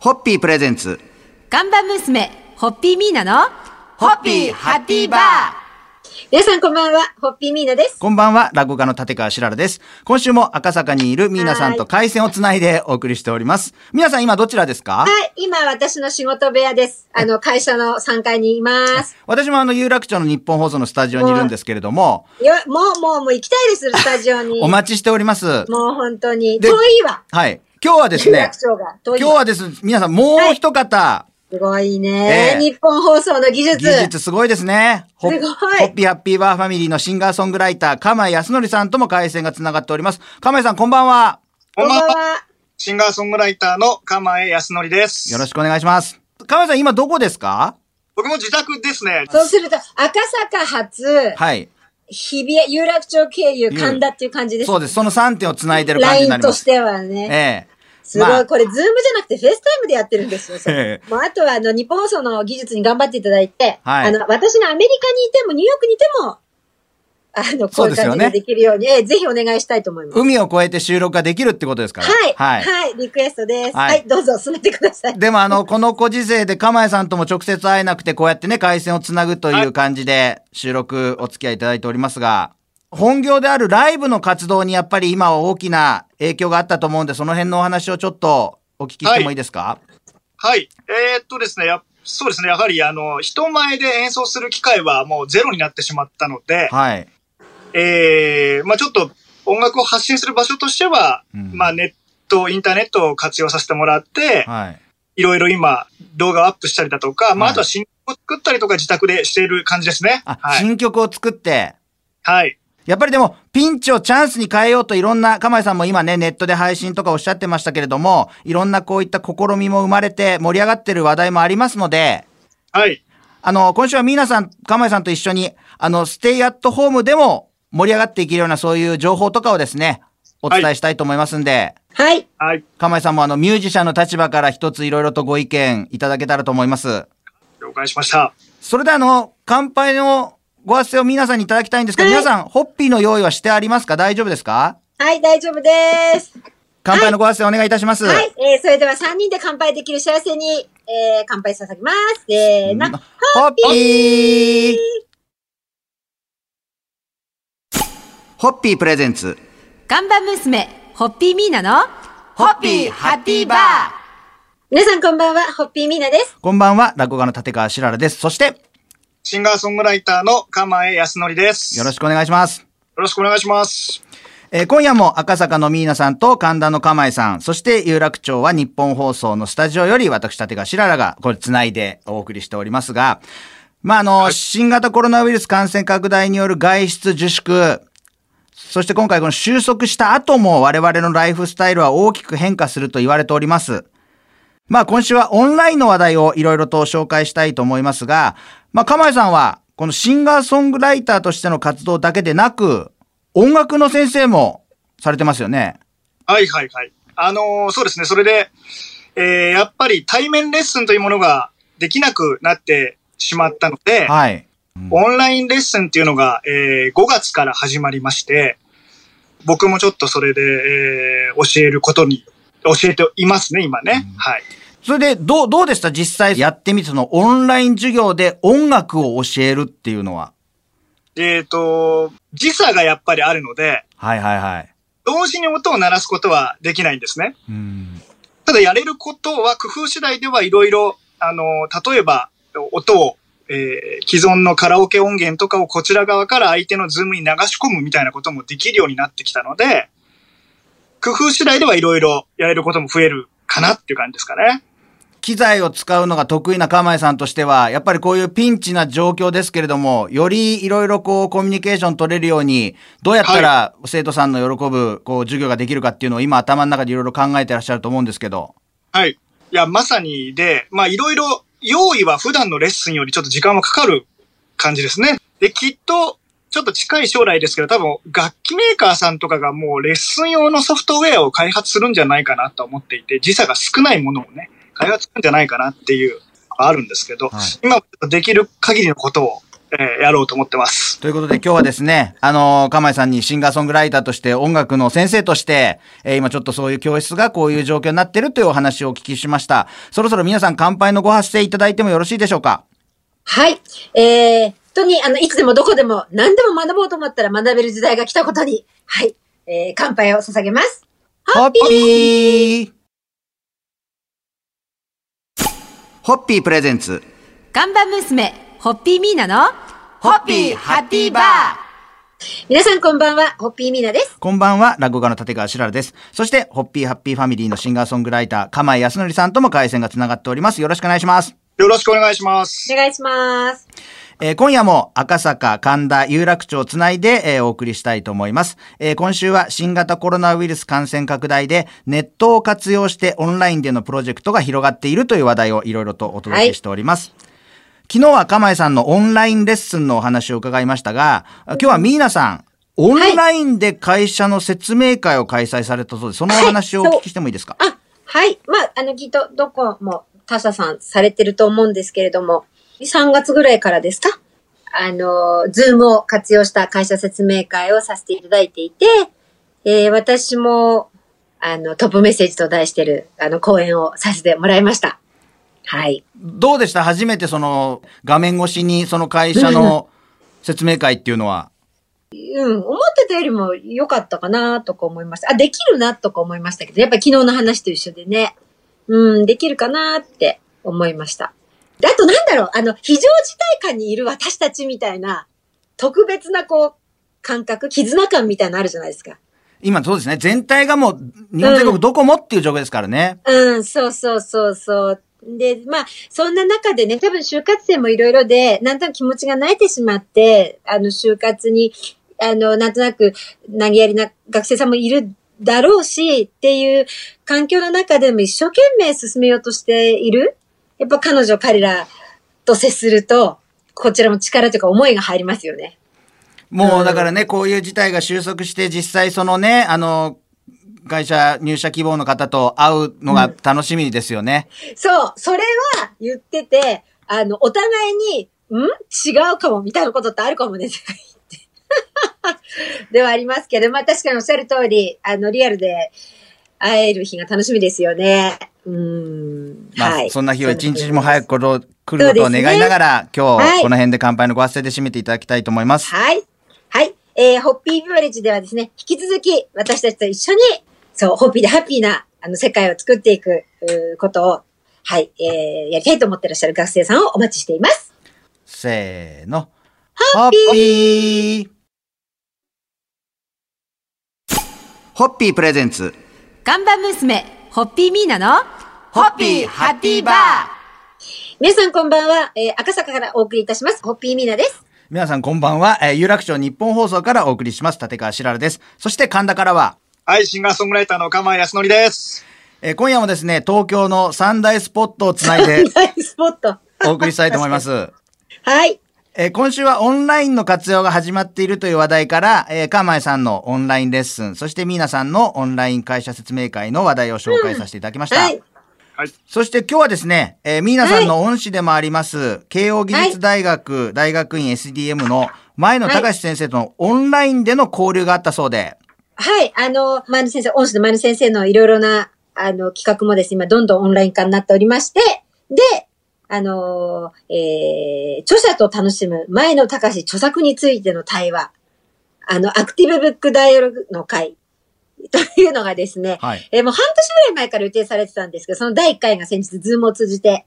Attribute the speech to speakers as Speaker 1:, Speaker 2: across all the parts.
Speaker 1: ホッピープレゼンツ。
Speaker 2: ガンバ娘、ホッピーミーナの、
Speaker 1: ホッピーハッピーバー
Speaker 2: 皆さんこんばんは、ホッピーミーナです。
Speaker 1: こんばんは、落語家の立川しららです。今週も赤坂にいるミーナさんと回線をつないでお送りしております。皆さん今どちらですか
Speaker 3: はい、今私の仕事部屋です。あの、会社の3階にいます。
Speaker 1: 私もあの有楽町の日本放送のスタジオにいるんですけれども、
Speaker 3: よ、もう、もう、もう行きたいです、スタジオに。
Speaker 1: お待ちしております。
Speaker 3: もう本当に。
Speaker 1: で
Speaker 3: 遠いわ。
Speaker 1: はい。今日はです
Speaker 3: 有
Speaker 1: ね
Speaker 3: 楽、町が。
Speaker 1: 今
Speaker 3: 遠い
Speaker 1: 日
Speaker 3: わ。
Speaker 1: はです、皆さんもう一方、
Speaker 3: すごいね、
Speaker 1: ええ
Speaker 3: 日本放送の技術。
Speaker 1: 技術すごいですね。ホ
Speaker 3: すごい
Speaker 1: ホッピーハッピーバーファミリーのシンガーソングライター、釜井康則さんとも回線がつながっております。釜井さんこんばんは。
Speaker 3: こんばんは。
Speaker 4: シンガーソングライターの釜江康則です。
Speaker 1: よろし
Speaker 4: く。
Speaker 1: くお願いします。亀井さん、今どこですか
Speaker 4: 僕も自宅ですね。
Speaker 3: そうすると、赤坂発、
Speaker 1: はい。
Speaker 3: 日比谷、有楽町経由、神田っていう感じです。
Speaker 1: そうです。その3点を繋いでる感じにな
Speaker 3: ライン
Speaker 1: りま
Speaker 3: と
Speaker 1: す。
Speaker 3: してはね。
Speaker 1: ええ
Speaker 3: すごい、
Speaker 1: まあ
Speaker 3: これ、ズームじゃなくて、フェイスタイムでやってるん ですよ。それ
Speaker 1: え
Speaker 3: もうあとは、あの、日本放送の技術に頑張っていただいて、
Speaker 1: はい
Speaker 3: あの、私のアメリカにいても、ニューヨークにいても、あの、こ
Speaker 1: そう
Speaker 3: ういう
Speaker 1: です
Speaker 3: 感
Speaker 1: よ
Speaker 3: じ
Speaker 1: ね
Speaker 3: でできるように、ええぜひお願いしたいと思います。
Speaker 1: 海を越えて収録ができるってことですから。
Speaker 3: はい、はい、
Speaker 1: はい。
Speaker 3: リクエストです。
Speaker 1: は
Speaker 3: はいい、どうぞ、進めてください。
Speaker 1: でもあの、このご時世で釜井さんとも直接会えなくて、こうやってね、回線をつなぐという感じで収録お付き合いいただいておりますが、本業であるライブの活動にやっぱり今は大きな影響があったと思うんで、その辺のお話をちょっとお聞きしてもいいですか、
Speaker 4: はい。えーっとですね、やそうですね、やはりあの、人前で演奏する機会はもうゼロになってしまったので、
Speaker 1: はい、
Speaker 4: えー、まあちょっと音楽を発信する場所としては、
Speaker 1: うん
Speaker 4: まあネット、インターネットを活用させてもらって、
Speaker 1: はい。
Speaker 4: いろいろ今、動画をアップしたりだとか、ま
Speaker 1: は
Speaker 4: あ
Speaker 1: い
Speaker 4: あとは新曲を作ったりとか自宅でしている感じですね。
Speaker 1: あ、
Speaker 4: はい。
Speaker 1: 新曲を作って、
Speaker 4: はい。
Speaker 1: やっぱりでも、ピンチをチャンスに変えようといろんな、釜井さんも今ね、ネットで配信とかおっしゃってましたけれども、いろんなこういった試みも生まれて盛り上がってる話題もありますので、
Speaker 4: はい。
Speaker 1: あの、今週は皆さん、釜井さんと一緒に、あの、ステイアットホームでも盛り上がっていけるようなそういう情報とかをですね、お伝えしたいと思いますんで、
Speaker 3: はい、
Speaker 4: はい。
Speaker 1: 釜井さんもあの、ミュージシャンの立場から一ついろいろとご意見いただけたらと思います。
Speaker 4: 了解しました。
Speaker 1: それではあの、乾杯のご発声を皆さんにいただきたいんですけど、
Speaker 3: はい
Speaker 1: 皆さん、ホッピーの用意はしてありますか大丈夫ですか
Speaker 3: はい、大丈夫です。
Speaker 1: 乾杯のご発声お願いいたします。
Speaker 3: はい、えー、それでは3人で乾杯できる幸せに、えー、乾杯捧げます。せーの。
Speaker 1: ホッピーホッピープレゼンツ。
Speaker 2: ガンバ娘、ホッピーミーナの、
Speaker 1: ホッピーハッピーバー
Speaker 3: 皆さんこんばんは、ホッピーミーナです。
Speaker 1: こんばんは、落語家の立川しららです。そして、
Speaker 4: シンガーソングライターの釜江康則です。
Speaker 1: よろし
Speaker 4: く。
Speaker 1: くお願いします。
Speaker 4: よろしくお願いします。
Speaker 1: えー今夜も赤坂のミーナさんと神田の釜井さん、そして有楽町は日本放送のスタジオより私立川しららがこれつないでお送りしておりますが、まあ、あの、新型コロナウイルス感染拡大による外出自粛、そして今回この収束した後も我々のライフスタイルは大きく変化すると言われております。まあ今週はオンラインの話題をいろいろと紹介したいと思いますが、まあ釜井さんはこのシンガーソングライターとしての活動だけでなく、音楽の先生もされてますよね。
Speaker 4: はいはいはい。あのーそうですね。それで、えーやっぱり対面レッスンというものができなくなってしまったので、
Speaker 1: はい。
Speaker 4: オンラインレッスンっていうのが、えー5月から始まりまして、僕もちょっとそれで、えー教えることに、教えていますね、今ね。はい。
Speaker 1: それでどう、どうでした実際やってみてそのオンライン授業で音楽を教えるっていうのは。
Speaker 4: えっ、と、時差がやっぱりあるので、
Speaker 1: はいはいはい。
Speaker 4: 同時に音を鳴らすことはできないんですね。
Speaker 1: うん。
Speaker 4: ただやれることは工夫次第ではいろいろ、あの、例えば音を、えー既存のカラオケ音源とかをこちら側から相手のズームに流し込むみたいなこともできるようになってきたので、工夫次第ではいろいろやれることも増えるかなっていう感じですかね。
Speaker 1: 機材を使うのが得意な釜井さんとしては、やっぱりこういうピンチな状況ですけれども、よりいろいろこうコミュニケーション取れるように、どうやったら生徒さんの喜ぶこう授業ができるかっていうのを今頭の中でいろいろ考えてらっしゃると思うんですけど。
Speaker 4: はい。いや、まさにで、まあいろいろ用意は普段のレッスンよりちょっと時間はかかる感じですね。で、きっと、ちょっと近い将来ですけど、多分楽器メーカーさんとかがもうレッスン用のソフトウェアを開発するんじゃないかなと思っていて、時差が少ないものをね、開発するんじゃないかなっていうのがあるんですけど、
Speaker 1: はい
Speaker 4: 今できる限りのことをえーやろうと思ってます。
Speaker 1: ということで今日はですね、あのー、釜井さんにシンガーソングライターとして音楽の先生として、えー今ちょっとそういう教室がこういう状況になってるというお話をお聞きしました。そろそろ皆さん乾杯のご発声いただいてもよろしいでしょうか
Speaker 3: はい。えー、本当に、あの、いつでもどこでも何でも学ぼうと思ったら学べる時代が来たことに、はい。えー、乾杯を捧げます。
Speaker 1: ホッピーホッピープレゼンツ
Speaker 2: 看板娘、ホッピーミーナの、
Speaker 1: ホッピーハッピーバー
Speaker 3: 皆さんこんばんは、ホッピーミーナです。
Speaker 1: こんばんは、落語家の立川しららです。そして、ホッピーハッピーファミリーのシンガーソングライター、釜井康則さんとも回線がつながっております。よろしくお願いします。
Speaker 4: よろしくお願いします。
Speaker 3: お願いします。
Speaker 1: えー今夜も赤坂、神田、有楽町をつないで、えーお送りしたいと思います、えー今週は新型コロナウイルス感染拡大でネットを活用してオンラインでのプロジェクトが広がっているという話題をいろいろとお届けしております。昨日は釜井さんのオンラインレッスンのお話を伺いましたが、今日はミーナさん、オンラインで会社の説明会を開催されたそうです。そのお話をお聞きしてもいいですか、
Speaker 3: あ、はい。まあ、あの、きっと、どこも他社さんされてると思うんですけれども、3月ぐらいからですかあの、ズームを活用した会社説明会をさせていただいていて、えー私も、あの、トップメッセージと題してる、あの、講演をさせてもらいました。はい。
Speaker 1: どうでした初めてその画面越しにその会社の説明会っていうのは。
Speaker 3: うん、思ってたよりも良かったかなとか思いました。あ、できるなとか思いましたけど、やっぱり昨日の話と一緒でね、うん、できるかなって思いました。であとなんだろう、あの、非常事態下にいる私たちみたいな、特別なこう、感覚、絆感みたいなのあるじゃないですか。
Speaker 1: 今そうですね。全体がもう日本全国どこもっていう状況ですからね。
Speaker 3: うん、そうそうそうそう。で、まあ、そんな中でね、多分就活生もいろいろで、なんとなく気持ちが慣れてしまって、あの、就活に、あの、なんとなく投げやりな学生さんもいるだろうし、っていう環境の中でも一生懸命進めようとしている。やっぱ彼女、彼らと接すると、こちらも力というか思いが入りますよね。
Speaker 1: もうだからね、こういう事態が収束して実際そのね、あの、会社入社希望の方と会うのが楽しみですよね。
Speaker 3: そう、それは言ってて、あの、お互いに、ん違うかも、みたいなことってあるかもね、 ではありますけど、まあ確かにおっしゃる通り、あの、リアルで会える日が楽しみですよね。うーん。
Speaker 1: まあ、
Speaker 3: はい。
Speaker 1: そんな日を一日も早く
Speaker 3: く。
Speaker 1: この来ることを
Speaker 3: そうですね
Speaker 1: 願いながら、今
Speaker 3: は
Speaker 1: 日
Speaker 3: い
Speaker 1: この辺で乾杯のご発声で締めていただきたいと思います。
Speaker 3: はい。はい。えー、ホッピービバレッジではですね、引き続き私たちと一緒に、そう、ホッピーでハッピーな、あの、世界を作っていく、うーことを、はい、えー、やりたいと思ってらっしゃる学生さんをお待ちしています。
Speaker 1: せーの。ホッピーホッピープレゼンツ。
Speaker 2: 看板娘、ホッピーミーナの、
Speaker 1: ホッピーハッピーバー
Speaker 3: 皆さんこんばんは、えー、赤坂からお送りいたします。ホッピーミーナです。
Speaker 1: 皆さんこんばんは。えー有楽町日本放送からお送りします。立川しららです。そして神田からは、
Speaker 4: はい、シンガーソングライターの釜井康則です。
Speaker 1: えー今夜もですね、東京の三大スポットをつないで
Speaker 3: ナイスポット。
Speaker 1: お送りしたいと思います。
Speaker 3: はい。
Speaker 1: えー今週はオンラインの活用が始まっているという話題から、えー、かまえさんのオンラインレッスン、そしてミーナさんのオンライン会社説明会の話題を紹介させていただきました。
Speaker 3: はい。
Speaker 4: はい。
Speaker 1: そして今日はですね、えー、ミーナさんの恩師でもあります、慶応義塾大学、大学院 SDM の前野隆先生とのオンラインでの交流があったそうで、
Speaker 3: はい、あの、前野先生、恩師の前野先生のいろいろな、あの、企画もですね、今どんどんオンライン化になっておりまして、で、あのー、えー、著者と楽しむ前野隆著作についての対話、あの、アクティブブックダイアログの会というのがですね、
Speaker 1: はい。
Speaker 3: えーもう半年ぐらい前から予定されてたんですけど、その第1回が先日、ズームを通じて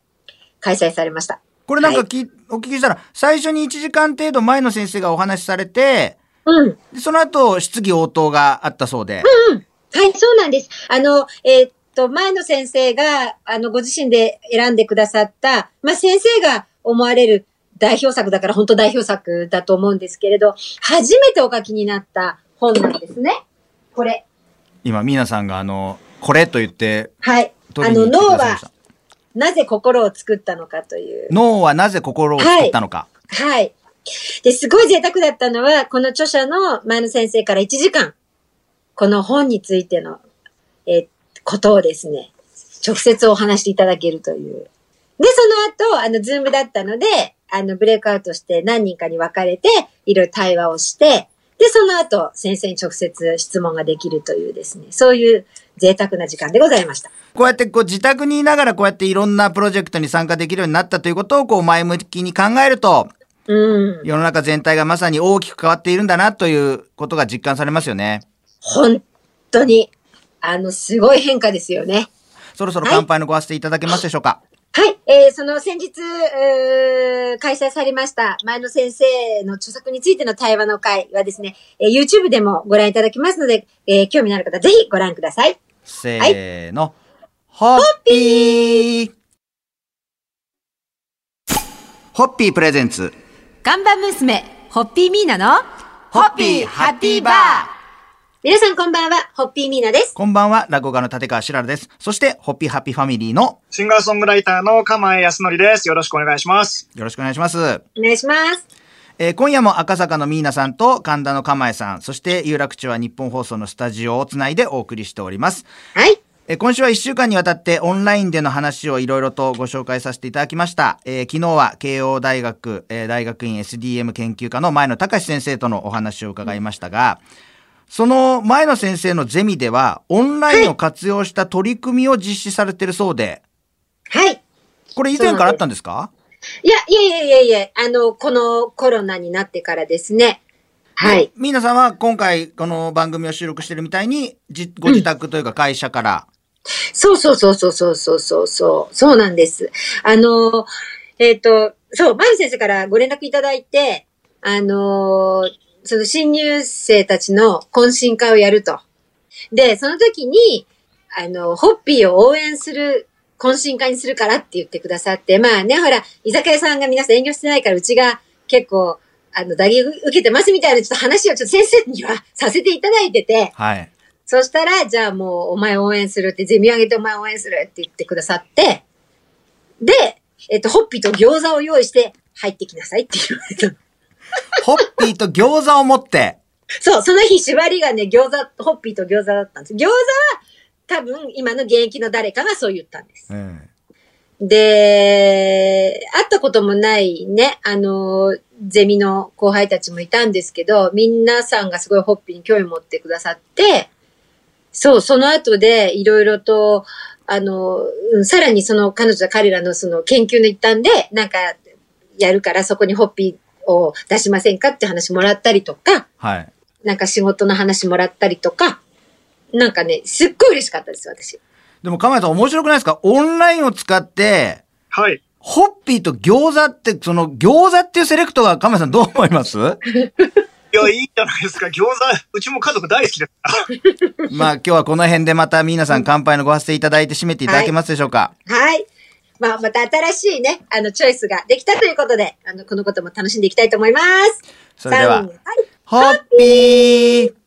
Speaker 3: 開催されました。
Speaker 1: これなんかき、お聞きしたら、最初に1時間程度前野先生がお話しされて、
Speaker 3: うん。
Speaker 1: でその後、質疑応答があったそうで、
Speaker 3: はい、そうなんです。あの、えーっと、前の先生が、あの、ご自身で選んでくださった、まあ、先生が思われる代表作だから、本当代表作だと思うんですけれど、初めてお書きになった本なんですね。これ。
Speaker 1: 今、ミーナさんがあの、これと言って、
Speaker 3: はい。
Speaker 1: 取
Speaker 3: あ
Speaker 1: りに
Speaker 3: の、
Speaker 1: 行ってくだ
Speaker 3: 脳
Speaker 1: さいま
Speaker 3: は
Speaker 1: した。
Speaker 3: なぜ心を作ったのかという。
Speaker 1: 脳はなぜ心を作ったのか。
Speaker 3: はい。で、すごい贅沢だったのは、この著者の前野先生から1時間、この本についての、えーことをですね、直接お話しいただけるという。で、その後、あの、ズームだったので、あの、ブレイクアウトして何人かに分かれて、いろいろ対話をして、で、その後、先生に直接質問ができるというですね、そういう贅沢な時間でございました。
Speaker 1: こうやってこう自宅にいながらこうやっていろんなプロジェクトに参加できるようになったということをこう前向きに考えると、
Speaker 3: うん。
Speaker 1: 世の中全体がまさに大きく変わっているんだなということが実感されますよね。
Speaker 3: 本当に、あの、すごい変化ですよね。
Speaker 1: そろそろ乾杯のごわせていただけますでしょうか。
Speaker 3: はい、えーその先日、えー開催されました、前野先生の著作についての対話の会はですね、えー YouTube でもご覧いただきますので、えー興味のある方、ぜひご覧ください。
Speaker 1: せーの。ホッピーホッピープレゼンツ。
Speaker 2: 看板娘、ホッピーミーナの、
Speaker 1: ホッピーハッピーバー
Speaker 3: 皆さんこんばんは、ホッピーミーナです。
Speaker 1: こんばんは、落語家の立川しららです。そして、ホッピーハッピーファミリーの、
Speaker 4: シンガーソングライターの釜江康則です。よろしくお願いします。
Speaker 1: よろしくお願いします。
Speaker 3: お願いします。
Speaker 1: えー今夜も赤坂のミーナさんと神田の釜江さん、そして有楽町は日本放送のスタジオをつないでお送りしております。
Speaker 3: はい。
Speaker 1: えー今週は1週間にわたってオンラインでの話をいろいろとご紹介させていただきました。えー昨日は慶応大学、えー大学院 SDM 研究科の前野隆先生とのお話を伺いましたが、その前野先生のゼミでは、オンラインを活用した取り組みを実施されているそうで、
Speaker 3: はい。
Speaker 1: これ以前からあったんですか
Speaker 3: いや、いやいやいやいや、あの、このコロナになってからですね。はい。
Speaker 1: ミーナさんは今回この番組を収録してるみたいに、じご自宅というか会社から、
Speaker 3: そうそうそうそうそうそうそうそう。そうなんです。あの、えっ、と、そう、まゆ先生からご連絡いただいて、あのー、その新入生たちの懇親会をやると。で、その時に、あの、ホッピーを応援する懇親会にするからって言ってくださって、まあね、ほら、居酒屋さんが皆さん営業してないから、うちが結構、あの、打撃受けてますみたいなちょっと話をちょっと先生にはさせていただいてて、
Speaker 1: はい。
Speaker 3: そしたら、じゃあもう、お前応援するって、ゼミ上げてお前応援するって言ってくださって、で、えっと、ホッピーと餃子を用意して、入ってきなさいって言われたの。
Speaker 1: ホッピーと餃子を持って、
Speaker 3: そう、その日縛りがね、餃子、ホッピーと餃子だったんです。餃子は、多分、今の現役の誰かがそう言ったんです。
Speaker 1: うん
Speaker 3: で、会ったこともないね、あの、ゼミの後輩たちもいたんですけど、みんなさんがすごいホッピーに興味持ってくださって、そう、その後でいろいろと、あの、うんさらにその彼女は彼らのその研究の一端で、なんか、やるからそこにホッピーを出しませんかって話もらったりとか、
Speaker 1: はい。
Speaker 3: なんか仕事の話もらったりとか、なんかね、すっごい嬉しかったです、私。
Speaker 1: でも、かまやさん面白くないですかオンラインを使って、
Speaker 4: はい。
Speaker 1: ホッピーと餃子って、その餃子っていうセレクトが、かまやさんどう思います
Speaker 4: いや、いいんじゃないですか。餃子、うちも家族大好きですから。
Speaker 1: まあ、今日はこの辺でまた皆さん乾杯のご発声いただいて締めていただけますでしょうか、
Speaker 3: はい。まあ、また新しいね、あの、チョイスができたということで、あの、このことも楽しんでいきたいと思います。
Speaker 1: それでは
Speaker 3: さんはい。
Speaker 1: ホッピー